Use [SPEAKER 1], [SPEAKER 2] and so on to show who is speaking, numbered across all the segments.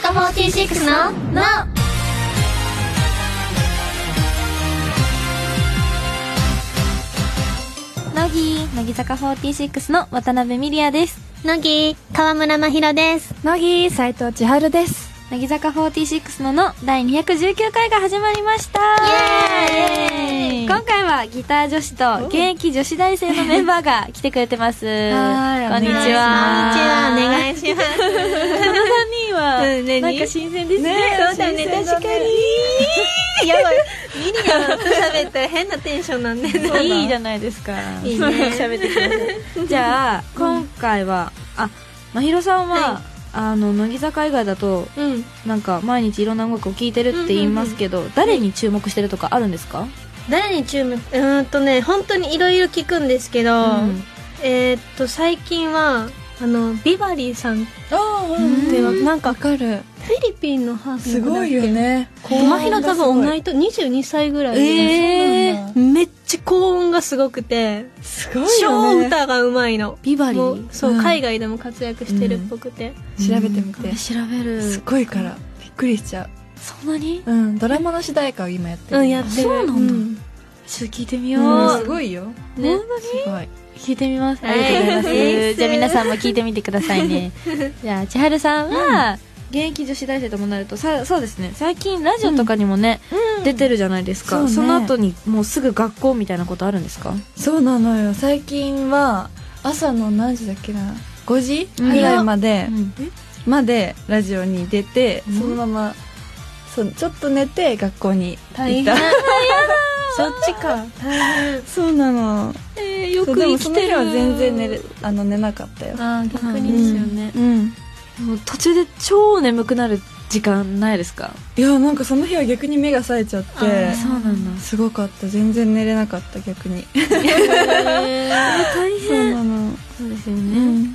[SPEAKER 1] 26の「の」
[SPEAKER 2] 乃木乃木坂46の渡辺美里也です
[SPEAKER 1] 乃木川村真宏です
[SPEAKER 3] 乃木斉藤千春です
[SPEAKER 2] 乃木坂46のの第219回が始まりました
[SPEAKER 1] イエーイ
[SPEAKER 2] 今回はギター女子と現役女子大生のメンバーが来てくれてますこんにちは
[SPEAKER 3] はいお願
[SPEAKER 1] こんにちはお願
[SPEAKER 3] いします
[SPEAKER 1] いします
[SPEAKER 2] この3人は、
[SPEAKER 1] うん何
[SPEAKER 2] なんか新鮮ですね
[SPEAKER 1] そうだね確かに やばいミリアと喋ったら変なテンションなんで
[SPEAKER 2] いいじゃないですか
[SPEAKER 1] いいね
[SPEAKER 2] 喋ってきますじゃあ今回はあまひろさんは、
[SPEAKER 1] は
[SPEAKER 2] あの乃木坂以外だと
[SPEAKER 1] うん
[SPEAKER 2] なんか毎日いろんな音楽を聴いてるって言いますけど、誰に注目してるとかあるんですか、
[SPEAKER 1] 誰に注目うーんとね本当にいろいろ聞くんですけど、
[SPEAKER 2] うん
[SPEAKER 1] えーっと最近はあのビバリーさんっ
[SPEAKER 3] ああ
[SPEAKER 2] ん
[SPEAKER 1] てわ
[SPEAKER 3] なんかわかる
[SPEAKER 1] フィリピンのハーフ
[SPEAKER 3] すごいよね
[SPEAKER 1] 真ひろ多分同
[SPEAKER 3] い
[SPEAKER 1] いと22歳ぐらいで、
[SPEAKER 2] え
[SPEAKER 3] そうなん
[SPEAKER 2] ー、
[SPEAKER 3] だ
[SPEAKER 1] めっちゃ高音がすごくて
[SPEAKER 3] すごい
[SPEAKER 1] 超
[SPEAKER 3] よね
[SPEAKER 1] 歌がうまいの
[SPEAKER 2] ビバリ
[SPEAKER 1] も
[SPEAKER 2] ー
[SPEAKER 1] うそう、
[SPEAKER 3] うん
[SPEAKER 1] 海外でも活躍してるっぽくて、
[SPEAKER 3] 調べてみて
[SPEAKER 2] 調べる
[SPEAKER 3] すごいからびっくりしちゃ
[SPEAKER 2] そんなに
[SPEAKER 3] ううんドラマの主題歌を今やって
[SPEAKER 1] う
[SPEAKER 3] る
[SPEAKER 1] んやってる
[SPEAKER 2] そうなんだ
[SPEAKER 1] ん
[SPEAKER 2] ちょっと聞いてみよう、
[SPEAKER 3] うん
[SPEAKER 1] う
[SPEAKER 3] すごいよ
[SPEAKER 1] ね
[SPEAKER 2] 本当に
[SPEAKER 3] すごい
[SPEAKER 2] 聞いてみます
[SPEAKER 1] は
[SPEAKER 2] あ
[SPEAKER 1] い
[SPEAKER 2] りがとうございま
[SPEAKER 1] ですす
[SPEAKER 2] じゃあ皆さんも聞いてみてくださいねじゃあ千春さんは、現役女子大生ともなるとさそうですね最近ラジオとかにもね、出てるじゃないですか
[SPEAKER 3] そうね
[SPEAKER 2] その後にもうすぐ学校みたいなことあるんですか
[SPEAKER 3] そうなのよ最近は朝の何時だっけな5時
[SPEAKER 2] うん
[SPEAKER 3] ぐらいまで、
[SPEAKER 2] うん
[SPEAKER 3] までラジオに出て、
[SPEAKER 2] うん
[SPEAKER 3] そのままそうちょっと寝て学校に
[SPEAKER 1] 大
[SPEAKER 3] 行
[SPEAKER 1] 変
[SPEAKER 3] っ た
[SPEAKER 1] そっちか大変
[SPEAKER 3] そうなの
[SPEAKER 2] えーよ
[SPEAKER 3] そう
[SPEAKER 2] く
[SPEAKER 3] でも
[SPEAKER 2] 生
[SPEAKER 3] そ
[SPEAKER 2] き
[SPEAKER 3] の
[SPEAKER 2] て
[SPEAKER 3] 日
[SPEAKER 2] る
[SPEAKER 3] は全然寝れあの寝なかったよ
[SPEAKER 1] あー逆
[SPEAKER 2] いい
[SPEAKER 1] に
[SPEAKER 2] で
[SPEAKER 1] ですす
[SPEAKER 2] よ
[SPEAKER 1] よ
[SPEAKER 2] ね
[SPEAKER 1] ね、
[SPEAKER 3] うん
[SPEAKER 2] もう途中で超眠くなる時間ないですか
[SPEAKER 3] いやなんかその日は逆に目が冴えちゃっ
[SPEAKER 1] あー
[SPEAKER 3] て
[SPEAKER 2] そうなんだ
[SPEAKER 3] すごかった全然寝れなかった逆に
[SPEAKER 2] 大
[SPEAKER 3] そうなの、
[SPEAKER 2] そうですよ
[SPEAKER 3] う
[SPEAKER 2] ね、
[SPEAKER 3] ん、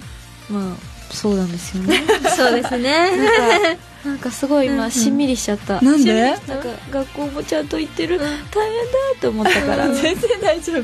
[SPEAKER 2] まあそうなんですよね
[SPEAKER 1] そうですね
[SPEAKER 2] なんかなんかすごい
[SPEAKER 1] うんう
[SPEAKER 2] 今
[SPEAKER 1] ん
[SPEAKER 2] しんみりしちゃった、
[SPEAKER 3] なんで
[SPEAKER 2] なんか学校もちゃんと行ってる、大変だと思った から、本
[SPEAKER 3] 全然大丈夫だよ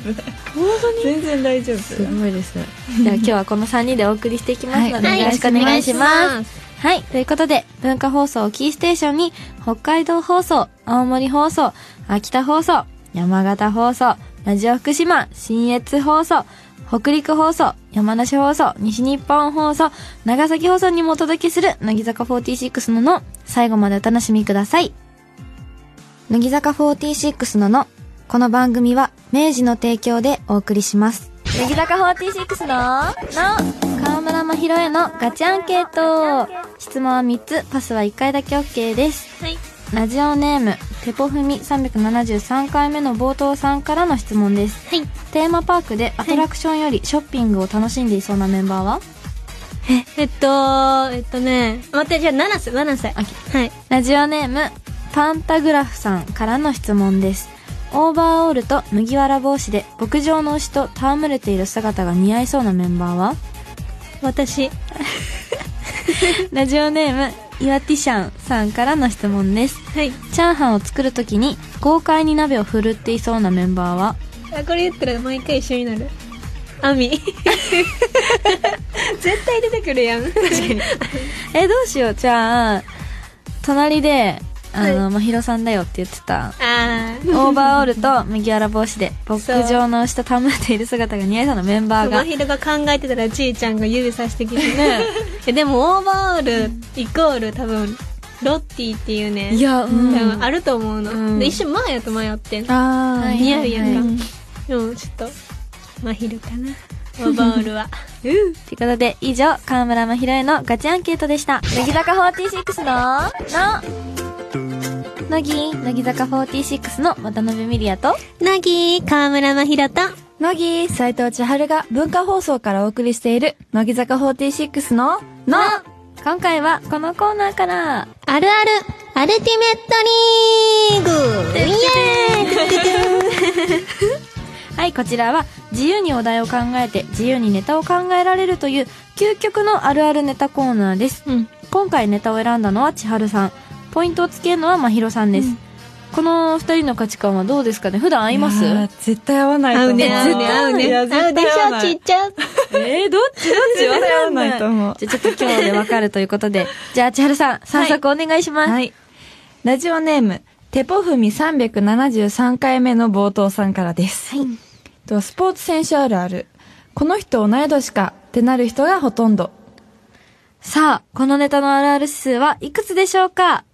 [SPEAKER 2] 当に
[SPEAKER 3] 全然大丈
[SPEAKER 2] す
[SPEAKER 3] 夫
[SPEAKER 2] ごいです じゃあ今日はこの3人でお送りしていきますので、
[SPEAKER 1] はい
[SPEAKER 2] よろしくお願いします
[SPEAKER 1] す
[SPEAKER 2] はい、ということで文化放送をキーステーションに北海道放送青森放送秋田放送山形放送ラジオ福島新越放送北陸放送山梨放送西日本放送長崎放送にもお届けする乃木坂46のの最後までお楽しみください乃木坂46ののこの番組は明治の提供でお送りします乃木坂46のの川村真宏へのガチアンケート質問は3つパスは1回だけ OK です
[SPEAKER 1] はい
[SPEAKER 2] ラジオネームテポフミ373回目の冒頭さんからの質問です
[SPEAKER 1] はい
[SPEAKER 2] テーマパークでアトラクションよりショッピングを楽しんでいそうなメンバーは、
[SPEAKER 1] えっとえっとね待ってじゃあ7歳7歳
[SPEAKER 2] あ
[SPEAKER 1] はい
[SPEAKER 2] ラジオネームパンタグラフさんからの質問ですオーバーオールと麦わら帽子で牧場の牛と戯れている姿が似合いそうなメンバーは
[SPEAKER 1] 私
[SPEAKER 2] ラジオネームイワティシャンさんからの質問です
[SPEAKER 1] はい
[SPEAKER 2] チャーハンを作るときに豪快に鍋を振るっていそうなメンバーは
[SPEAKER 1] あこれ言ったら毎回一緒になるア ミ絶対出てくるやん
[SPEAKER 2] えどうしようじゃあ隣であの、
[SPEAKER 1] は
[SPEAKER 2] まひろさんだよって言ってた
[SPEAKER 1] あ
[SPEAKER 2] オーバーオールと麦わら帽子で牧場の牛と戯れている姿が似合いそうなメンバ
[SPEAKER 1] あ
[SPEAKER 2] ーが
[SPEAKER 1] 真昼が考えてたらちいちゃんが指さしてきて ねえでもオーバーオールイコール多分ロッティっていうね
[SPEAKER 3] いやうん
[SPEAKER 1] 多分あると思うの、
[SPEAKER 2] うん
[SPEAKER 1] で一瞬マーヤと迷ってん
[SPEAKER 3] あー
[SPEAKER 2] はい
[SPEAKER 1] 似合うやんか、
[SPEAKER 2] は
[SPEAKER 1] うんちょっと真昼か なオーバーオールは
[SPEAKER 2] ということで、以上、河村真宏へのガチアンケートでした。乃木坂46の、の、乃木、乃木坂46の渡辺美里也と、
[SPEAKER 1] なぎ川村真昼と
[SPEAKER 3] 乃木斉藤千春が文化放送からお送りしている乃木坂46の「の
[SPEAKER 2] 今回はこのコーナーから、
[SPEAKER 1] あるあるアルティメットリーグイエーイ
[SPEAKER 2] はい、こちらは、自由にお題を考えて、自由にネタを考えられるという、究極のあるあるネタコーナーです。
[SPEAKER 1] うん
[SPEAKER 2] 今回ネタを選んだのは千春さん。ポイントをつけるのは真宏さんです。この二人の価値観はどうですかね普段合」います
[SPEAKER 3] やー絶対合わないと
[SPEAKER 1] 合
[SPEAKER 3] 思
[SPEAKER 1] うね
[SPEAKER 3] う
[SPEAKER 1] 合うね合う
[SPEAKER 3] い
[SPEAKER 1] ね
[SPEAKER 3] や
[SPEAKER 1] 合う
[SPEAKER 3] 絶
[SPEAKER 1] でし
[SPEAKER 3] 対合わ
[SPEAKER 1] ょ
[SPEAKER 3] な
[SPEAKER 1] ち
[SPEAKER 3] い
[SPEAKER 1] っちゃ
[SPEAKER 2] えー、どっちどっちわ
[SPEAKER 3] 絶対合
[SPEAKER 2] か
[SPEAKER 3] わ
[SPEAKER 2] んない
[SPEAKER 3] ないと思う
[SPEAKER 2] じゃあちょっと今日でわかるということで。じゃあ、千春さん、早速お願いします。
[SPEAKER 3] はい。ラジオネーム、テポフミ373回目の冒頭さんからです。はい。と、スポーツ選手あるある。この人同い年かってなる人がほとんど。
[SPEAKER 2] さあ、このネタのあるある指数はいくつでしょうか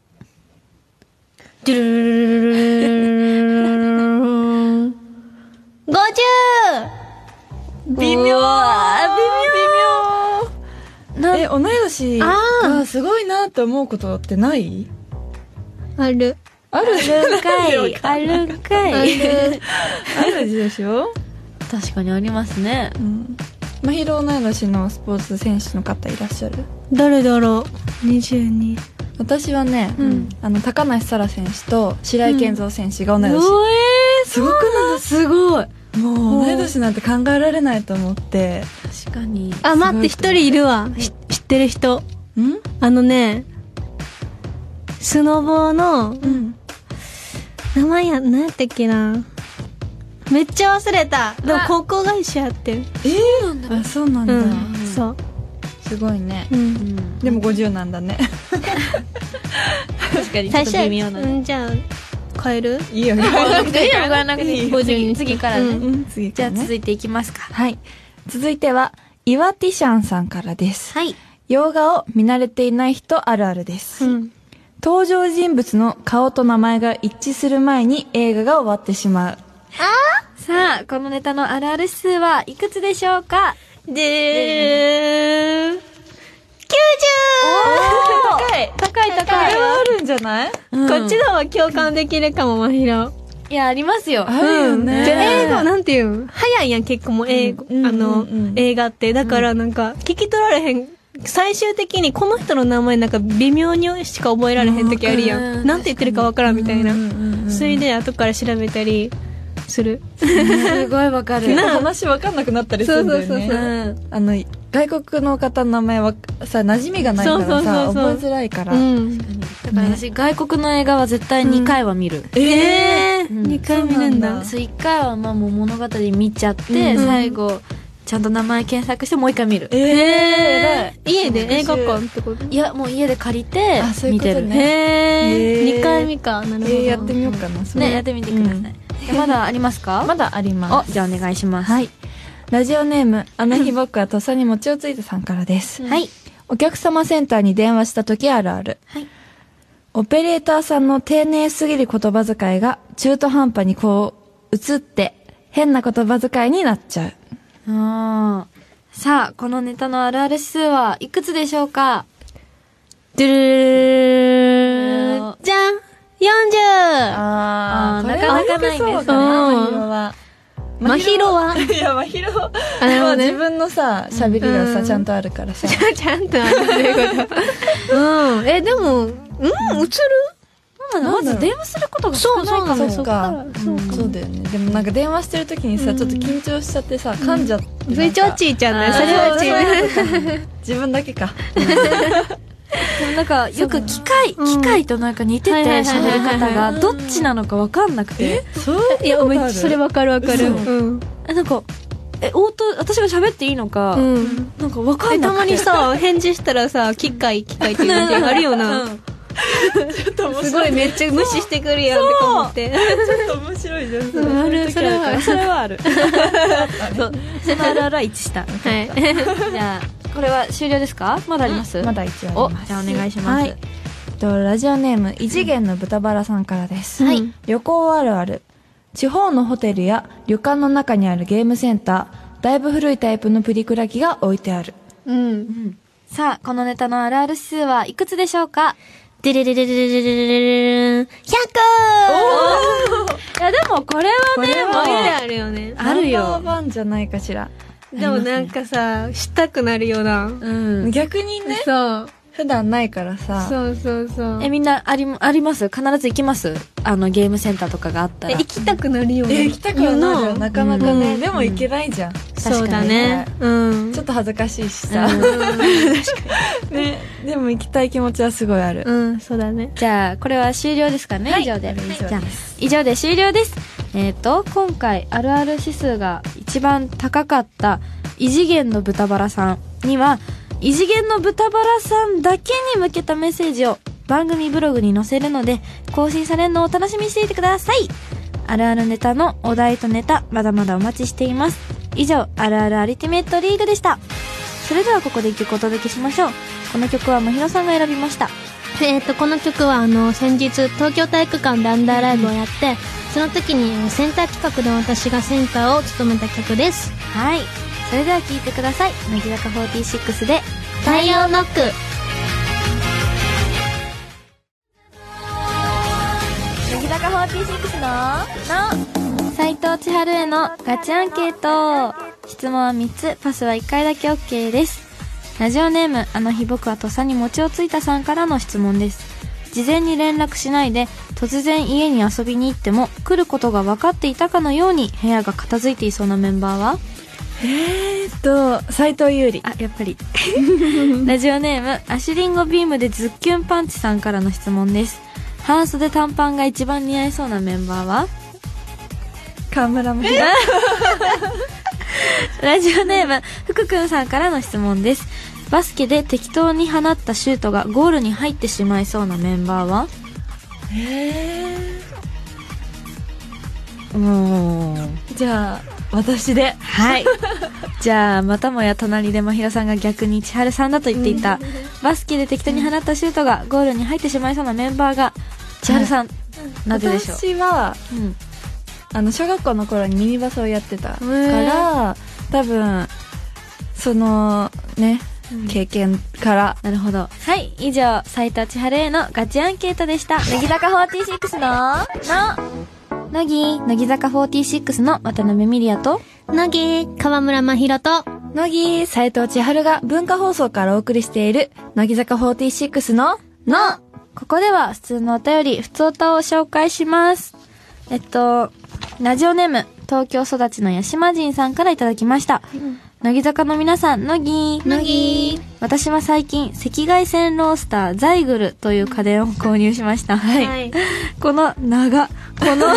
[SPEAKER 1] ドゥルルルルルルルル 50!
[SPEAKER 3] 微妙微妙
[SPEAKER 2] な
[SPEAKER 3] え、同い年
[SPEAKER 1] あー
[SPEAKER 3] がすごいなって思うことってない
[SPEAKER 1] ある。
[SPEAKER 3] あるじゃ
[SPEAKER 2] あるんかい。あるんかい。
[SPEAKER 3] あるでしょ
[SPEAKER 2] 確かにありますね。
[SPEAKER 3] うん。まひろ同い年のスポーツ選手の方いらっしゃる
[SPEAKER 1] 誰だろう ?22。
[SPEAKER 3] 私はね、
[SPEAKER 2] ん
[SPEAKER 3] あの、高梨沙羅選手と白井健三選手が同い年。
[SPEAKER 2] おえー、
[SPEAKER 3] すごくない
[SPEAKER 2] すごい。
[SPEAKER 3] もう同い年なんて考えられないと思って
[SPEAKER 2] 確かに。
[SPEAKER 1] あ、待って、
[SPEAKER 3] す
[SPEAKER 1] 一
[SPEAKER 3] ご
[SPEAKER 1] 人
[SPEAKER 3] いと思う
[SPEAKER 1] いるわ。し知ってる人。
[SPEAKER 3] ん
[SPEAKER 1] あのね、スノボーの、
[SPEAKER 3] うん
[SPEAKER 1] 名前や、何やったっけな。めっちゃ忘れた。でも高校が一緒やってる。
[SPEAKER 3] えー、あそうなんだ、
[SPEAKER 1] うん。そう。
[SPEAKER 3] すごいね
[SPEAKER 1] うん。
[SPEAKER 3] でも50なんだね
[SPEAKER 2] 確かに
[SPEAKER 1] 最初は、
[SPEAKER 2] 微妙な。
[SPEAKER 1] うん、じゃあ、変える
[SPEAKER 3] いい よね
[SPEAKER 2] いや、わなくていい。次次から
[SPEAKER 1] う
[SPEAKER 2] ね。
[SPEAKER 3] うん次
[SPEAKER 2] じゃあ
[SPEAKER 3] ね
[SPEAKER 2] 続いていきますか。
[SPEAKER 3] はい続いては岩ティシャンさんからです
[SPEAKER 2] はい。
[SPEAKER 3] 洋画を見慣れていない人あるあるです、
[SPEAKER 1] うん。
[SPEAKER 3] 登場人物の顔と名前が一致する前に映画が終わってしまう
[SPEAKER 2] さあ、このネタのあるある指数はいくつでしょうか
[SPEAKER 1] でー、90!
[SPEAKER 2] 高い
[SPEAKER 3] 高いこれ
[SPEAKER 2] 高い。
[SPEAKER 3] はあるんじゃない
[SPEAKER 1] こっちの方が共感できるかも、まひろ。
[SPEAKER 2] いや、ありますよ。
[SPEAKER 3] あるよね
[SPEAKER 1] じゃあ英語なんていうの早いやん、結構もう英語、
[SPEAKER 3] うん
[SPEAKER 1] あの、
[SPEAKER 3] うんうん
[SPEAKER 1] 映画って。だからなんか、聞き取られへん。最終的にこの人の名前なんか微妙にしか覚えられへん時あるや
[SPEAKER 2] うん
[SPEAKER 1] ん。なんて言ってるかわからんみたいな。それで後から調べたりする。
[SPEAKER 2] すごいわかる。。
[SPEAKER 3] 結構話わかんなくなったりするんだよね
[SPEAKER 1] そうそうそううん
[SPEAKER 3] あの外国の方の名前はさ馴染みがないからさ
[SPEAKER 1] そうそうそうそう
[SPEAKER 3] 覚えづらいから、
[SPEAKER 1] うん。
[SPEAKER 2] だから私、外国の映画は絶対2回は見る。
[SPEAKER 1] えー、
[SPEAKER 2] うん
[SPEAKER 1] 2回見るん
[SPEAKER 3] そうな
[SPEAKER 1] だ
[SPEAKER 3] ん。
[SPEAKER 2] そう、1回はまあもう物語見ちゃって、
[SPEAKER 1] うん
[SPEAKER 2] 最後、ちゃんと名前検索してもう1回見る。
[SPEAKER 3] えー偉い
[SPEAKER 1] 家で映画館ってこと
[SPEAKER 2] いや、もう家で借りて
[SPEAKER 3] あそういう
[SPEAKER 2] 見
[SPEAKER 3] こと
[SPEAKER 2] て
[SPEAKER 3] ね
[SPEAKER 2] る。
[SPEAKER 1] へ
[SPEAKER 3] えー
[SPEAKER 1] 2回目か。なるほど。
[SPEAKER 3] えーやってみようかな、それ
[SPEAKER 2] ね、やってみてください。えまだあります
[SPEAKER 3] う
[SPEAKER 2] か
[SPEAKER 3] んまだあり
[SPEAKER 2] お
[SPEAKER 3] ま、す
[SPEAKER 2] じゃあお願いします。
[SPEAKER 3] はいラジオネーム「あの日僕はとっさに餅をついた」さんからです、
[SPEAKER 2] はい。
[SPEAKER 3] お客様センターに電話した時あるある、
[SPEAKER 2] はい
[SPEAKER 3] オペレーターさんの丁寧すぎる言葉遣いが中途半端にこう映って変な言葉遣いになっちゃう
[SPEAKER 2] あーさあ、このネタのあるある指数はいくつでしょうか
[SPEAKER 1] ドゥルルルルルじゃん !40!
[SPEAKER 3] あ
[SPEAKER 2] ーなかなかないですね
[SPEAKER 3] そうだな、マヒロ
[SPEAKER 1] ま
[SPEAKER 3] は。
[SPEAKER 1] ひろは
[SPEAKER 3] いや、まひろは、
[SPEAKER 1] なるほどね
[SPEAKER 3] 自分のさ、喋りが
[SPEAKER 1] う
[SPEAKER 3] さ、
[SPEAKER 1] ん
[SPEAKER 3] ちゃんとあるからさ。
[SPEAKER 1] ちゃんとあるっていうこと。うん。え、でも、うん、映る
[SPEAKER 2] ま
[SPEAKER 3] なんだろう
[SPEAKER 2] ず電話することが少ないかも。
[SPEAKER 1] そう
[SPEAKER 3] そっか
[SPEAKER 1] そうか
[SPEAKER 3] そうだよね。でもなんか電話してる時にさ、ちょっと緊張しちゃってさ、噛んじゃってなんか。
[SPEAKER 1] それちょちーちゃん
[SPEAKER 2] あ
[SPEAKER 1] ね。
[SPEAKER 2] ー
[SPEAKER 1] それはちー。
[SPEAKER 3] 自分だけか。
[SPEAKER 2] でもなんか、よく機械、機械となんか似てて
[SPEAKER 1] はいはいはい
[SPEAKER 2] 喋り
[SPEAKER 1] はい
[SPEAKER 2] 方が、どっちなのかわかんなくて。
[SPEAKER 3] そう
[SPEAKER 1] いや、めっちゃそれ
[SPEAKER 3] は。
[SPEAKER 1] わかるわかる。
[SPEAKER 3] 嘘
[SPEAKER 1] うん。
[SPEAKER 2] え、なんか、え、応答、私が喋っていいのか、
[SPEAKER 1] うん。
[SPEAKER 2] なんかわか
[SPEAKER 1] え、
[SPEAKER 2] んな
[SPEAKER 1] た
[SPEAKER 2] くて。
[SPEAKER 1] まにさ、返事したらさ、機械、機械っていうのあるよな。
[SPEAKER 2] うん
[SPEAKER 1] すごいめっちゃ無視してくるやんとか思って。
[SPEAKER 3] ちょっと面白いじゃん、そ
[SPEAKER 1] うんある
[SPEAKER 3] そういう時から
[SPEAKER 1] そ
[SPEAKER 3] それはある。
[SPEAKER 2] そう。そのあるあるは一致した。
[SPEAKER 1] はい。
[SPEAKER 2] じゃあ、これは終了ですかまだあります
[SPEAKER 3] まだ一応あ
[SPEAKER 2] お、
[SPEAKER 3] ります。
[SPEAKER 2] じゃあお願いします。
[SPEAKER 3] はいとラジオネーム異次元の豚バラさんからです、
[SPEAKER 1] はい
[SPEAKER 3] 旅行あるある地方のホテルや旅館の中にあるゲームセンターだいぶ古いタイプのプリクラ機が置いてある
[SPEAKER 1] う。
[SPEAKER 2] うんんさあ、このネタのあるある指数はいくつでしょうか
[SPEAKER 1] でれれれれれれれれれれ 100!
[SPEAKER 2] いや、でもこれはね、
[SPEAKER 1] でも、
[SPEAKER 2] もう
[SPEAKER 1] あるよね。
[SPEAKER 2] ある
[SPEAKER 3] ナン
[SPEAKER 2] よ。
[SPEAKER 3] バーワンじゃないかしら
[SPEAKER 1] でもなんかさ、したくなるよな。
[SPEAKER 2] うん。
[SPEAKER 3] 逆にね
[SPEAKER 1] そう。
[SPEAKER 3] 普段ないからさ
[SPEAKER 1] そうそうそう。
[SPEAKER 2] え、みんな、あり、あります必ず行きますあの、ゲームセンターとかがあった
[SPEAKER 1] え
[SPEAKER 2] ら。
[SPEAKER 1] 行きたくなるよね。
[SPEAKER 3] え行きたくはなるよなかなかね、
[SPEAKER 1] うん
[SPEAKER 3] でも行けないじゃん、
[SPEAKER 1] そうだね。うん。
[SPEAKER 3] ちょっと恥ずかしいし
[SPEAKER 2] う
[SPEAKER 3] さ、
[SPEAKER 2] ん
[SPEAKER 3] ねでも行きたい気持ちはすごいある、
[SPEAKER 1] うん、そうだね。
[SPEAKER 2] じゃあ、これは終了ですかね、以上で。
[SPEAKER 3] 以上です
[SPEAKER 2] じゃあ、以上で終了です。えっ、と、今回、あるある指数が一番高かった、異次元の豚バラさんには、異次元の豚バラさんだけに向けたメッセージを番組ブログに載せるので、更新されるのをお楽しみにしていてください。あるあるネタのお題とネタ、まだまだお待ちしています。以上、あるあるアルティメットリーグでした。それではここで一曲お届けしましょう。この曲はまひろさんが選びました。
[SPEAKER 1] えっとこの曲はあの先日東京体育館でアンダーライブをやって、その時にあのセンター企画で私がセンターを務めた曲です
[SPEAKER 2] はい。それでは聴いてください。乃木坂46で、
[SPEAKER 1] 「太陽ノック」
[SPEAKER 2] 乃木坂46のの斎藤千春へのガチアンケート質問は3つパスは1回だけ OK ですラジオネームあの日僕はとっさに餅をついたさんからの質問です事前に連絡しないで突然家に遊びに行っても来ることが分かっていたかのように部屋が片付いていそうなメンバーは
[SPEAKER 3] えっと、斎藤優里。
[SPEAKER 2] あやっぱり ラジオネームアシュリンゴビームでズッキュンパンチさんからの質問です半袖短パンが一番似合いそうなメンバーは
[SPEAKER 3] 河村もひろ。
[SPEAKER 2] ラジオネーム、福くんさんからの質問です。バスケで適当に放ったシュートがゴールに入ってしまいそうなメンバーは
[SPEAKER 3] え
[SPEAKER 2] うーん。
[SPEAKER 3] ー、じゃあ、私で。
[SPEAKER 2] はい。じゃあ、またもや隣でまひろさんが逆に千春さんだと言っていた、バスケで適当に放ったシュートがゴールに入ってしまいそうなメンバーが、千春さん、なぜでしょう
[SPEAKER 3] 私は、
[SPEAKER 2] うん。
[SPEAKER 3] あの、小学校の頃にミニバスをやってたか
[SPEAKER 2] ー
[SPEAKER 3] ら、多分、その、ね、経験から、
[SPEAKER 2] なるほど。はい。以上、斉藤千春へのガチアンケートでした。乃木坂46の、の、乃木、乃木坂46の渡辺美里也と、
[SPEAKER 1] 乃木川村真宙と
[SPEAKER 3] 乃木斉藤千春が文化放送からお送りしている、乃木坂46の、
[SPEAKER 2] の、ここでは普通のお便り、普通歌を紹介します。えっと、ラジオネーム、東京育ちの八島人さんからいただきました。乃木坂の皆さん、乃木。
[SPEAKER 1] 乃木
[SPEAKER 2] 私は最近、赤外線ロースター、ザイグルという家電を購入しました。は
[SPEAKER 1] はい
[SPEAKER 2] この、長。こ の、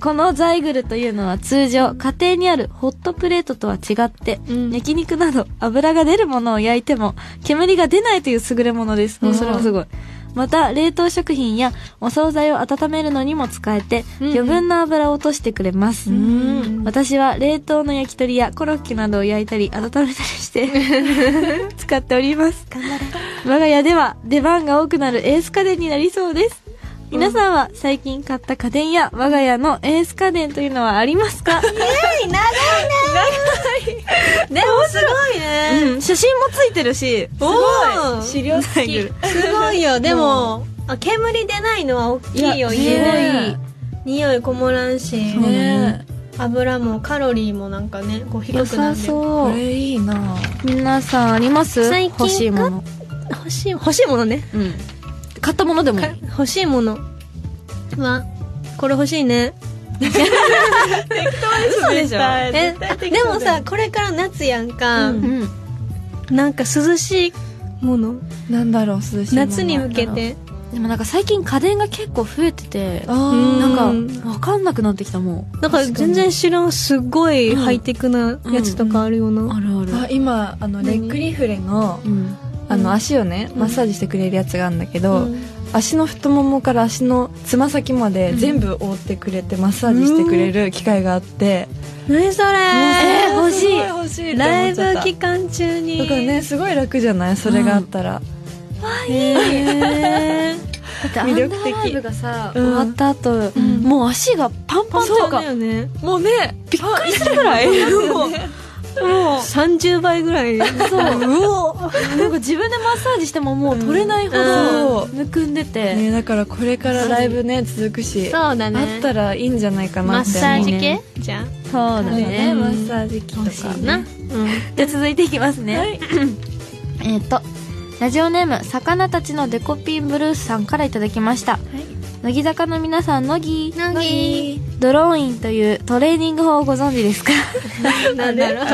[SPEAKER 2] このザイグルというのは通常、家庭にあるホットプレートとは違って、
[SPEAKER 1] うん
[SPEAKER 2] 焼肉など油が出るものを焼いても、煙が出ないという優れものです。もうそれもすごい。また、冷凍食品やお惣菜を温めるのにも使えて、
[SPEAKER 1] うんうん
[SPEAKER 2] 余分な油を落としてくれます。
[SPEAKER 3] ん
[SPEAKER 2] 私は冷凍の焼き鳥やコロッケなどを焼いたり温めたりして 使っております我が家では出番が多くなるエース家電になりそうです皆さんは最近買った家電や我が家のエース家電というのはありますか
[SPEAKER 1] でもすごいね
[SPEAKER 2] うん写真もついてるし
[SPEAKER 1] おお
[SPEAKER 3] 資料付き。
[SPEAKER 1] すごいよでもあ煙出ないのは大きいよ
[SPEAKER 3] い
[SPEAKER 1] 家
[SPEAKER 3] や
[SPEAKER 1] ね匂いこもらんし
[SPEAKER 2] そう
[SPEAKER 3] ね
[SPEAKER 1] 油もカロリーもなんかねこう低
[SPEAKER 2] 良
[SPEAKER 1] くな
[SPEAKER 2] さ
[SPEAKER 1] るよ
[SPEAKER 3] こ
[SPEAKER 2] そう
[SPEAKER 3] れいいな
[SPEAKER 2] 皆さんあります
[SPEAKER 1] 最近か
[SPEAKER 2] 欲しいもの、
[SPEAKER 1] 欲しい欲しいものね
[SPEAKER 2] うん、買ったものでもい
[SPEAKER 1] か
[SPEAKER 2] い
[SPEAKER 1] 欲しいものはこれ欲しいね
[SPEAKER 3] でし
[SPEAKER 1] え
[SPEAKER 3] ょ
[SPEAKER 1] あでもさこれから夏やんか、
[SPEAKER 2] う
[SPEAKER 3] う
[SPEAKER 2] ん
[SPEAKER 1] なんか涼しいもの
[SPEAKER 3] なんだろう、涼しいもの。
[SPEAKER 1] 夏に向けて
[SPEAKER 2] でもなんか最近家電が結構増えてて
[SPEAKER 3] あ
[SPEAKER 1] う
[SPEAKER 3] ー、
[SPEAKER 2] なんかわかんなくなってきたもん
[SPEAKER 1] なんか全然知らんすごいハイテクなやつとかあるよな、
[SPEAKER 2] あるある
[SPEAKER 3] あ今、あの、レックリフレの、
[SPEAKER 2] うん
[SPEAKER 3] あ
[SPEAKER 1] うん
[SPEAKER 3] の、足をね、マッサージしてくれるやつがあるんだけど、
[SPEAKER 1] うん
[SPEAKER 3] 足の太ももから足のつま先まで全部覆ってくれて、マッサージしてくれる機会があって、
[SPEAKER 1] 何それ
[SPEAKER 2] えー欲しい
[SPEAKER 3] すご欲しいって
[SPEAKER 1] ラ
[SPEAKER 3] 思
[SPEAKER 1] イ
[SPEAKER 3] っちゃっ
[SPEAKER 1] ブ
[SPEAKER 3] た
[SPEAKER 1] 期間中に
[SPEAKER 3] だからねすごい楽じゃないそれがあったら、
[SPEAKER 1] へー
[SPEAKER 2] だってアン
[SPEAKER 3] 魅
[SPEAKER 2] ダ
[SPEAKER 3] 力的
[SPEAKER 2] ーライブがさ、
[SPEAKER 3] うん
[SPEAKER 2] 終わった後、
[SPEAKER 1] ん
[SPEAKER 2] もう足がパンパンとい
[SPEAKER 1] そうう
[SPEAKER 2] か
[SPEAKER 1] だよね
[SPEAKER 3] もうねびっくりするぐらいもう
[SPEAKER 2] も
[SPEAKER 1] 30倍ぐらい
[SPEAKER 2] うそううおなんか自分でマッサージしてももう取れないほど
[SPEAKER 3] うん
[SPEAKER 2] むくんでて、
[SPEAKER 3] ねだからこれからライブね続くし、
[SPEAKER 1] そうだ
[SPEAKER 3] あったらいいんじゃないかなって思う
[SPEAKER 2] マッサージ系
[SPEAKER 1] じゃ
[SPEAKER 2] そうだ
[SPEAKER 3] そうだね、
[SPEAKER 2] ね
[SPEAKER 3] マッサージ機とか
[SPEAKER 1] なうん
[SPEAKER 2] じゃあ続いていきますね、 えっとラジオネーム魚たちのデコピンブルースさんからいただきました、乃木坂の皆さん乃木
[SPEAKER 1] 乃木
[SPEAKER 2] ドローインというトレーニング法をご存知ですか
[SPEAKER 1] なんだろう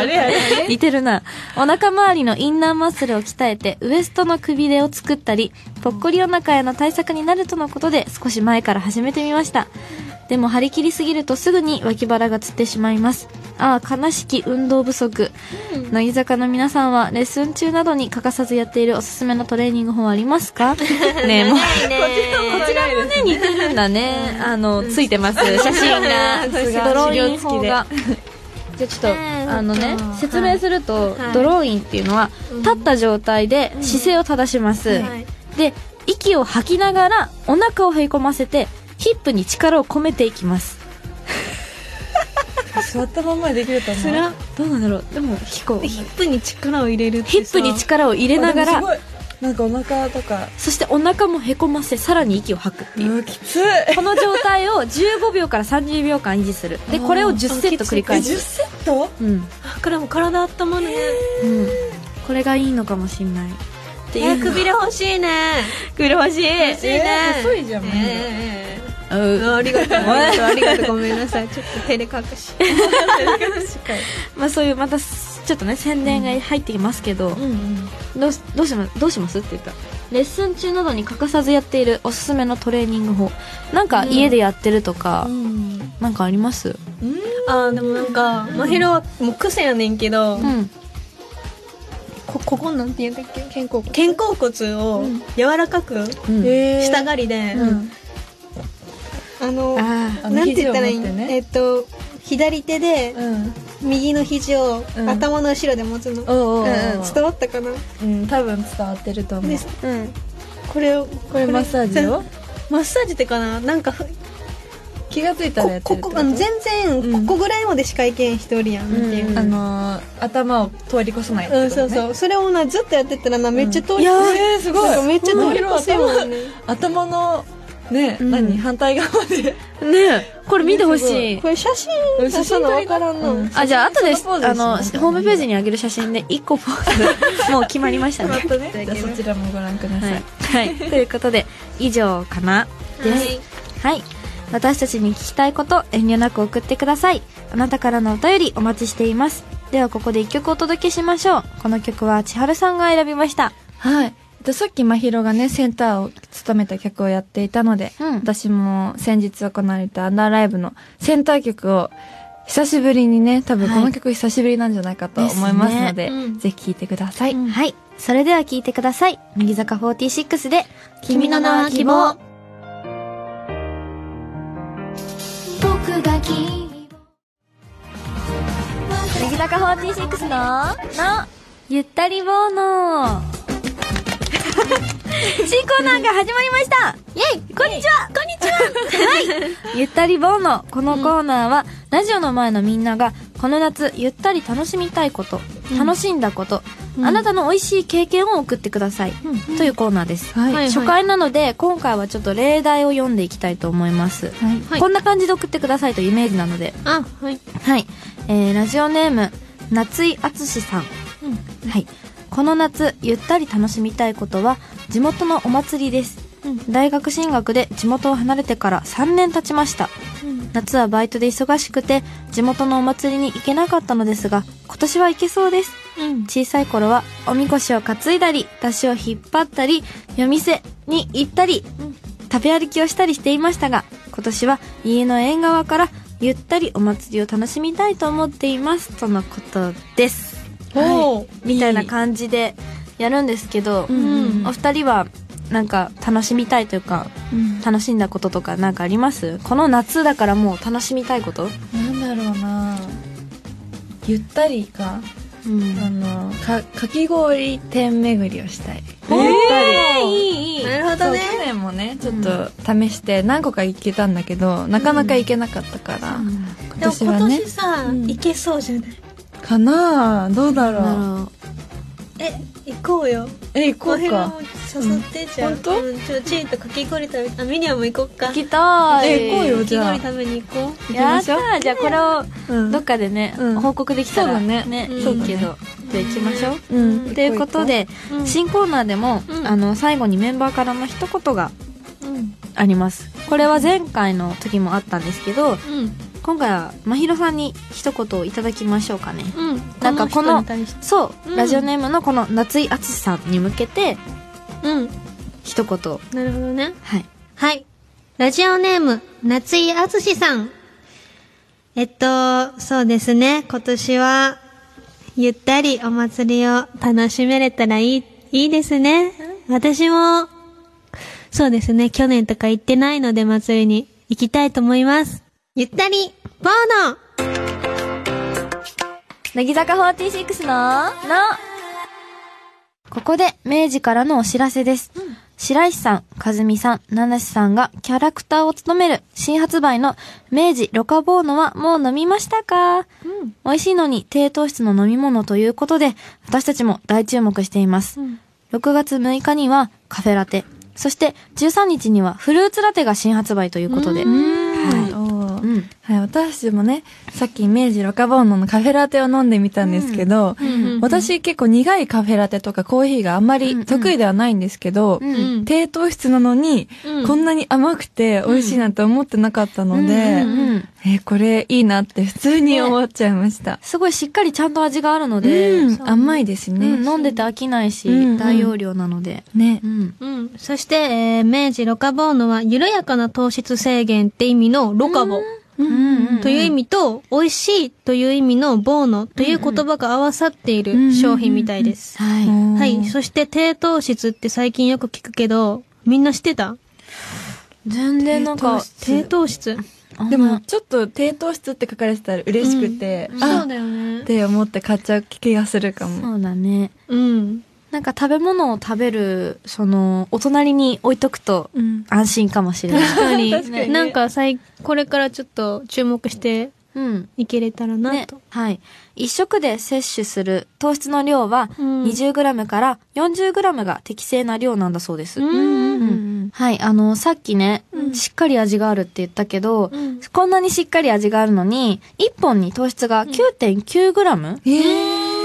[SPEAKER 2] 似てるな。お腹周りのインナーマッスルを鍛えて、ウエストのくびれを作ったり、ぽっこりお腹への対策になるとのことで、少し前から始めてみました。でも張り切りすぎるとすぐに脇腹がつってしまいます。ああ、悲しき運動不足。乃木坂の皆さんはレッスン中などに欠かさずやっているおすすめのトレーニング法はありますか ねえ、もう。
[SPEAKER 1] いね
[SPEAKER 2] こちらもね、似てるんだね。あの、ついてます。写真が。
[SPEAKER 3] さすが
[SPEAKER 2] ドローイン法が。じゃあちょっ
[SPEAKER 1] うん
[SPEAKER 2] と、あのね、説明すると
[SPEAKER 1] はい、
[SPEAKER 2] ドローインっていうのは、立った状態で姿勢を正します。
[SPEAKER 1] はい
[SPEAKER 2] で、息を吐きながら、お腹をへこませて、ヒップに力を込めていきます。
[SPEAKER 3] 座ったまんまでできると思う
[SPEAKER 1] それは
[SPEAKER 2] どうなんだろうでも、ヒコ。ヒ
[SPEAKER 1] ヒップに力を入れるってさ
[SPEAKER 2] ップに力を入れなが
[SPEAKER 3] あでも
[SPEAKER 2] ら、
[SPEAKER 3] すごいなんかお腹とか
[SPEAKER 2] そしてお腹もへこませ、さらに息を吐くっていう。
[SPEAKER 3] うわきつい
[SPEAKER 2] この状態を15秒から30秒間維持する。で、これを10セット繰り返
[SPEAKER 3] 10
[SPEAKER 2] す。
[SPEAKER 3] セット
[SPEAKER 2] うん。
[SPEAKER 1] あこれもう体温まるね
[SPEAKER 2] うん、これがいいのかもしんないって
[SPEAKER 1] え
[SPEAKER 2] いう
[SPEAKER 1] ーくびれ欲しいね
[SPEAKER 2] くるほしい
[SPEAKER 1] 欲しいね
[SPEAKER 3] えー細いじゃん
[SPEAKER 1] えー
[SPEAKER 2] う
[SPEAKER 1] ありがとうありがとうごめんなさいちょっと照れ隠 し
[SPEAKER 2] まあそういうまたすちょっとね宣伝が入ってきますけど、
[SPEAKER 1] うんうん
[SPEAKER 2] どうしどうしますどうしますって言ったらレッスン中などに欠かさずやっているおすすめのトレーニング法なんか家でやってるとか、なんかあります
[SPEAKER 1] あーでもなんかまひろはもう癖やねんけど
[SPEAKER 2] うん
[SPEAKER 1] こここなんて言うんだっけ
[SPEAKER 3] 肩甲
[SPEAKER 1] 肩
[SPEAKER 3] 骨
[SPEAKER 1] 甲骨を柔らかく
[SPEAKER 2] うん、
[SPEAKER 3] え
[SPEAKER 1] したがりで
[SPEAKER 2] うん
[SPEAKER 1] あの
[SPEAKER 2] あ
[SPEAKER 3] あの
[SPEAKER 1] なんて言ったらいいん
[SPEAKER 3] 肘を持ってね
[SPEAKER 1] えっと左手で
[SPEAKER 3] うん
[SPEAKER 1] 右の肘を
[SPEAKER 3] うん
[SPEAKER 1] 頭の後ろで持つの
[SPEAKER 3] おうおうお
[SPEAKER 1] うん
[SPEAKER 3] う
[SPEAKER 1] うん伝わったかな
[SPEAKER 3] うん多分伝わってると思う
[SPEAKER 1] でうんこれを
[SPEAKER 3] これマッサージ
[SPEAKER 1] う
[SPEAKER 3] を
[SPEAKER 1] んマッサージってかななんかふ
[SPEAKER 3] 気がついたらや
[SPEAKER 1] こ
[SPEAKER 3] って
[SPEAKER 1] こ
[SPEAKER 3] るって
[SPEAKER 1] こ
[SPEAKER 3] こ
[SPEAKER 1] あの
[SPEAKER 3] と
[SPEAKER 1] 全
[SPEAKER 3] う
[SPEAKER 1] 然
[SPEAKER 3] ん
[SPEAKER 1] ここぐらいまでしかいけん人おるやんっていう
[SPEAKER 2] う
[SPEAKER 1] うん
[SPEAKER 2] ん
[SPEAKER 3] あのー頭を通り越さないってことね
[SPEAKER 1] そうそうそれをなずっとやってたらなめっちゃ通り
[SPEAKER 3] いや
[SPEAKER 1] 越
[SPEAKER 3] ー
[SPEAKER 1] せ
[SPEAKER 3] えーすご
[SPEAKER 1] なんか
[SPEAKER 3] い
[SPEAKER 1] めっちゃ通り越せもんね
[SPEAKER 3] 頭のね、
[SPEAKER 2] うん
[SPEAKER 3] 何反対側まで
[SPEAKER 2] ねえこれ見てほしい
[SPEAKER 1] これ写真写真の分からんの、
[SPEAKER 3] うん
[SPEAKER 2] あじゃあ後で
[SPEAKER 3] そのポーズ
[SPEAKER 2] あ
[SPEAKER 3] しな
[SPEAKER 2] の
[SPEAKER 3] いと
[SPEAKER 2] ホームページに上げる写真で1個ポー ズもう決まりましたね
[SPEAKER 1] またね
[SPEAKER 3] じゃあそちらもご覧ください、
[SPEAKER 2] はい、はい、ということで以上かなですはい、私たちに聞きたいこと遠慮なく送ってくださいあなたからのお便りお待ちしていますではここで一曲お届けしましょうこの曲は千春さんが選びました
[SPEAKER 3] はい。でさっきまひろがね、センターを務めた曲をやっていたので、
[SPEAKER 2] うん
[SPEAKER 3] 私も先日行われたアンダーライブのセンター曲を久しぶりにね、多分
[SPEAKER 2] はい
[SPEAKER 3] この曲久しぶりなんじゃないかと思いますので、
[SPEAKER 1] ですねうん
[SPEAKER 3] ぜひ聴いてください。
[SPEAKER 2] はいそれでは聴いてください乃木坂46で「
[SPEAKER 1] 君の名は希望」
[SPEAKER 2] 僕が希望乃木坂46ののゆったり棒 の新コーナーが始まりましたイェイこんにちはこんにちはゆったりボーノこのコーナーは、ラジオの前のみんながこの夏ゆったり楽しみたいこと、楽しんだこと、あなたの美味しい経験を送ってください、というコーナーです、
[SPEAKER 3] はい
[SPEAKER 1] はい
[SPEAKER 2] 初回なので今回はちょっと例題を読んでいきたいと思います、
[SPEAKER 3] はい。
[SPEAKER 1] はい
[SPEAKER 2] こんな感じで送ってくださいというイメージなので
[SPEAKER 1] あはい
[SPEAKER 2] はい、えー、ラジオネーム夏井淳さん、はいこの夏ゆったり楽しみたいことは地元のお祭りです、大学進学で地元を離れてから3年経ちました、夏はバイトで忙しくて地元のお祭りに行けなかったのですが今年は行けそうです小さい頃はおみこしを担いだり出汁を引っ張ったり夜店に行ったり、食べ歩きをしたりしていましたが今年は家の縁側からゆったりお祭りを楽しみたいと思っていますとのことです
[SPEAKER 1] おー
[SPEAKER 2] みたいな感じでやるんですけど、
[SPEAKER 3] んうん
[SPEAKER 2] お二人はなんか楽しみたいというか
[SPEAKER 3] うん
[SPEAKER 2] 楽しんだこととかなんかありますこの夏だからもう楽しみたいこと、
[SPEAKER 3] なんだろうなゆったりか、あの、か、かき氷店巡りをしたい。
[SPEAKER 2] おー
[SPEAKER 3] ゆったり。
[SPEAKER 2] いいいい
[SPEAKER 1] なるほどね
[SPEAKER 3] そう去年もねちょっと試して何個か行けたんだけど、なかなか行けなかったから、今
[SPEAKER 1] でも
[SPEAKER 3] 年
[SPEAKER 1] 今
[SPEAKER 3] はね
[SPEAKER 1] 年さ、
[SPEAKER 3] うん
[SPEAKER 1] 行けそうじゃない
[SPEAKER 3] かなあどうだろう
[SPEAKER 2] な
[SPEAKER 1] え行こうよ
[SPEAKER 3] え行こ
[SPEAKER 1] 後
[SPEAKER 3] う
[SPEAKER 1] 編
[SPEAKER 3] か
[SPEAKER 1] を誘ってじゃん、
[SPEAKER 3] うん本当
[SPEAKER 1] うん、ちょチーとかき氷食べあミニアも行こっか
[SPEAKER 2] 行きたい
[SPEAKER 3] え行こうよ
[SPEAKER 1] かき
[SPEAKER 3] じゃあ
[SPEAKER 1] 氷食べに行こ
[SPEAKER 3] 行き
[SPEAKER 2] や
[SPEAKER 3] ま
[SPEAKER 2] っ
[SPEAKER 3] しょう
[SPEAKER 2] たじゃあこれを
[SPEAKER 3] うん
[SPEAKER 2] どっかでね、
[SPEAKER 3] うん
[SPEAKER 2] 報告できたら
[SPEAKER 3] そうだね
[SPEAKER 2] い
[SPEAKER 1] そう
[SPEAKER 2] い
[SPEAKER 1] だ
[SPEAKER 2] け
[SPEAKER 3] ね
[SPEAKER 2] ど、じゃあ行きましょう、
[SPEAKER 3] うん
[SPEAKER 2] ということで、
[SPEAKER 1] うん
[SPEAKER 2] 新コーナーでも、
[SPEAKER 1] うん
[SPEAKER 2] あの最後にメンバーからの一言が
[SPEAKER 1] ううん
[SPEAKER 2] ありますこれは前回の時もあったんですけど今回はまひろさんに一言をいただきましょうかね
[SPEAKER 1] うんうん
[SPEAKER 2] なんかこの
[SPEAKER 1] 人に対して
[SPEAKER 2] そう、
[SPEAKER 1] うん
[SPEAKER 2] ラジオネームのこの夏井淳さんに向けて
[SPEAKER 1] うん
[SPEAKER 2] 一言
[SPEAKER 1] なるほどね
[SPEAKER 2] はい
[SPEAKER 1] はいラジオネーム夏井敦史さん。えっと、そうですね。今年は、ゆったりお祭りを楽しめれたらいい、いいですね。私も、そうですね。去年とか行ってないので祭りに行きたいと思います。ゆったり、ボーノ
[SPEAKER 2] 乃木坂46の、の、ここで、明治からのお知らせです。白石さん、和美さん、七瀬さんがキャラクターを務める新発売の明治ロカボーノはもう飲みましたか、美味しいのに低糖質の飲み物ということで、私たちも大注目しています。6月6日にはカフェラテ、そして13日にはフルーツラテが新発売ということで。はい
[SPEAKER 3] おー
[SPEAKER 2] うん
[SPEAKER 3] はい、私もね、さっき明治ロカボーノのカフェラテを飲んでみたんですけど、
[SPEAKER 1] ん
[SPEAKER 3] 私結構苦いカフェラテとかコーヒーがあんまり得意ではないんですけど、
[SPEAKER 2] うん
[SPEAKER 1] うん
[SPEAKER 3] 低糖質なのに、
[SPEAKER 1] うん
[SPEAKER 3] こんなに甘くて美味しいなんて思ってなかったので、
[SPEAKER 2] うんうんうん
[SPEAKER 3] えーこれいいなって普通に思っちゃいました。
[SPEAKER 2] すごいしっかりちゃんと味があるので、
[SPEAKER 3] うん甘いですね。
[SPEAKER 2] うん、飲んでて飽きないし、
[SPEAKER 3] うん
[SPEAKER 2] 大容量なので。
[SPEAKER 3] ね
[SPEAKER 2] う。ん。
[SPEAKER 1] うん。そして、えー明治ロカボーノは、緩やかな糖質制限って意味のロカボ
[SPEAKER 2] うんうん
[SPEAKER 1] という意味と、美味しいという意味のボーノという言葉が合わさっている商品みたいです。
[SPEAKER 2] はい。
[SPEAKER 3] おー
[SPEAKER 1] はい。そして、低糖質って最近よく聞くけど、みんな知ってた
[SPEAKER 2] 全然なんか、
[SPEAKER 1] 低糖質。
[SPEAKER 3] でも、ちょっと低糖質って書かれてたら嬉しくて、あ
[SPEAKER 1] だよ
[SPEAKER 3] っ
[SPEAKER 1] ね。
[SPEAKER 3] て思って買っちゃう気がするかも。
[SPEAKER 2] そうだね。
[SPEAKER 1] うん。
[SPEAKER 2] なんか食べ物を食べる、その、お隣に置いとくと
[SPEAKER 3] うん。
[SPEAKER 2] 安心かもしれない。
[SPEAKER 1] 確かに。
[SPEAKER 3] 確かにね
[SPEAKER 1] なんかさい、これからちょっと注目して
[SPEAKER 2] うん。
[SPEAKER 1] いけれたらな
[SPEAKER 2] ね
[SPEAKER 1] と。、
[SPEAKER 2] はい。一食で摂取する糖質の量は、
[SPEAKER 1] うん
[SPEAKER 2] 20g から 40g が適正な量なんだそうです。
[SPEAKER 1] うん
[SPEAKER 2] うんはい、あの、さっきね、しっかり味があるって言ったけど、
[SPEAKER 1] うん
[SPEAKER 2] こんなにしっかり味があるのに、1本に糖質が 9.9g
[SPEAKER 3] え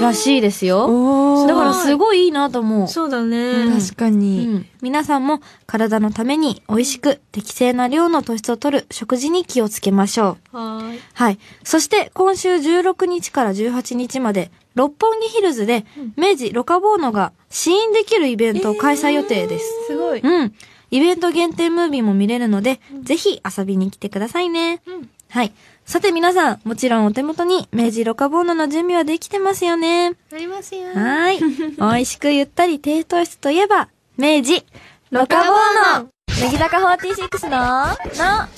[SPEAKER 3] ー、
[SPEAKER 2] らしいですよ。
[SPEAKER 3] おー
[SPEAKER 2] だからすごいいいなと思う。
[SPEAKER 1] そうだね。
[SPEAKER 2] うん
[SPEAKER 3] 確かに。
[SPEAKER 2] うん皆さんも体のために美味しく適正な量の糖質を取る食事に気をつけましょう。
[SPEAKER 1] はーい。
[SPEAKER 2] はい。そして、今週16日から18日まで、六本木ヒルズで、明治ロカボーノが試飲できるイベントを開催予定です。
[SPEAKER 3] すごい。
[SPEAKER 2] うん。イベント限定ムービーも見れるので、ぜひ遊びに来てくださいね。はい。さて皆さん、もちろんお手元に明治ロカボーノの準備はできてますよね。
[SPEAKER 1] ありますよ。
[SPEAKER 2] はーい。美味しくゆったり低糖質といえば、明治、ロカボーノ乃木坂46の、の、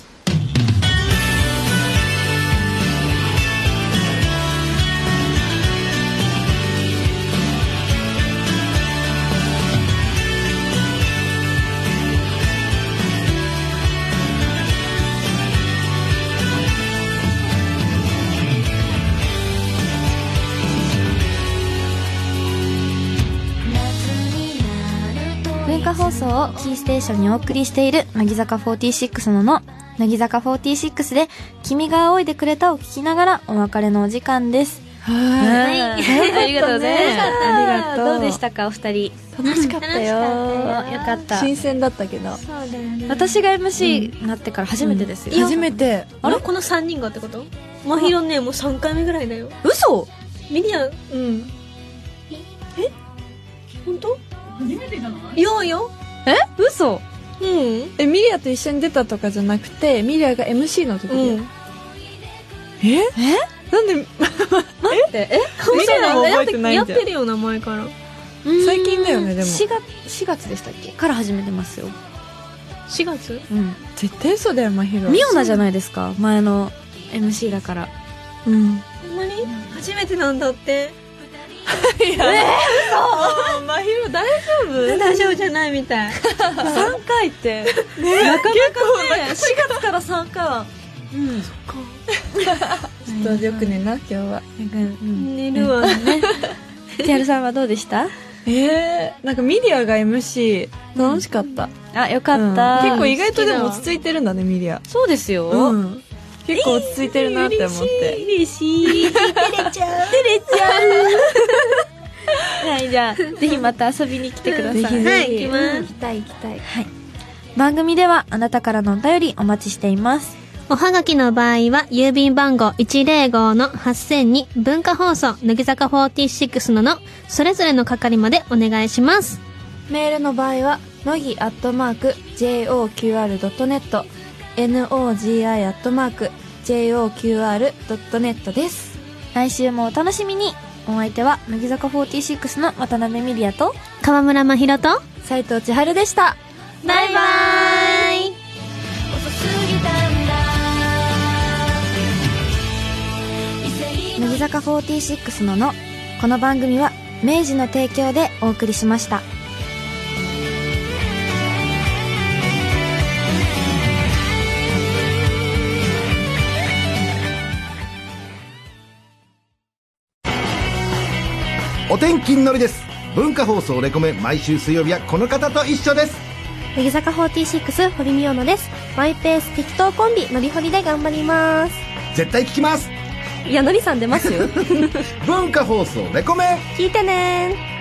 [SPEAKER 2] 文化放送をキーステーションにお送りしている乃木坂46のの乃木坂46で「君が仰いでくれた」を聞きながらお別れのお時間です
[SPEAKER 3] は
[SPEAKER 2] はいありがとうございます
[SPEAKER 3] ありがとう
[SPEAKER 2] どうでしたかお二人
[SPEAKER 3] い。楽しかったよ。
[SPEAKER 2] あよかった
[SPEAKER 3] 新鮮だったけど。
[SPEAKER 1] そうだよね。
[SPEAKER 2] 私が MC になってから初めてですよ、
[SPEAKER 3] 初めて。
[SPEAKER 1] あれこの3人がってことまひろねもう3回目ぐらいだよ
[SPEAKER 2] 嘘
[SPEAKER 1] ミリアンうんえ本当初めてじゃないいやいや
[SPEAKER 2] え嘘
[SPEAKER 1] うん
[SPEAKER 3] え、ミリアと一緒に出たとかじゃなくて、ミリアが MC の時で。
[SPEAKER 1] うん
[SPEAKER 3] ええなんで、待って、えミリアも覚えてない
[SPEAKER 1] やっ
[SPEAKER 3] んじゃん
[SPEAKER 1] て。るよ名前から
[SPEAKER 3] 最近だよねでも
[SPEAKER 2] 4月 ,4 月でしたっけから始めてますよ、
[SPEAKER 1] 4月
[SPEAKER 2] うん、
[SPEAKER 3] 絶対嘘だよ、まひろ。
[SPEAKER 2] ミオナじゃないですか前の MC だから
[SPEAKER 3] うん。
[SPEAKER 1] ほんまに初めてなんだって
[SPEAKER 3] いや、えー、まひろ大丈夫
[SPEAKER 1] 大丈夫じゃないみ たい
[SPEAKER 2] 3回って
[SPEAKER 3] なかなか
[SPEAKER 2] 4月から3回はうん
[SPEAKER 3] ちょっとよくねな、今日は。
[SPEAKER 1] 寝るわね
[SPEAKER 2] ティアルさんはどうでした
[SPEAKER 3] えー、なんかミリアが MC、楽しかった。
[SPEAKER 2] あ、よかった。
[SPEAKER 3] うん結構意外とでも落ち着いてるんだね、ミリア。
[SPEAKER 2] そうです よ。
[SPEAKER 3] うん。結構落ち着いてるなって思って。
[SPEAKER 2] 嬉しい。照れちゃう。照れちゃう。はい、じゃあ、 ぜひまた遊びに来てください。
[SPEAKER 3] ぜひ
[SPEAKER 1] は
[SPEAKER 3] ぜ
[SPEAKER 1] い
[SPEAKER 3] ひ
[SPEAKER 1] 行きます
[SPEAKER 3] きたい行きたい。
[SPEAKER 2] はい。番組ではあなたからのお便りお待ちしています。
[SPEAKER 1] おはがきの場合は、郵便番号105-8000に文化放送、乃木坂46のの、それぞれの係までお願いします。
[SPEAKER 3] メールの場合は、のぎアットマーク、JOQR.net、 nogi.joqr.net です。
[SPEAKER 2] 来週もお楽しみにお相手は乃木坂46の渡辺美里也と
[SPEAKER 1] 河村真宏と、
[SPEAKER 3] 斉藤千春でした。
[SPEAKER 1] バイバイ
[SPEAKER 2] 乃木坂46ののこの番組は明治の提供でお送りしました
[SPEAKER 4] お天気のりです文化放送レコメン毎週水曜日はこの方と一緒です
[SPEAKER 5] 乃木坂46堀美央奈ですマイペース適当コンビのりほりで頑張ります
[SPEAKER 4] 絶対聞きます
[SPEAKER 5] いやのりさん出ますよ
[SPEAKER 4] 文化放送レコメン
[SPEAKER 5] 聞いてねー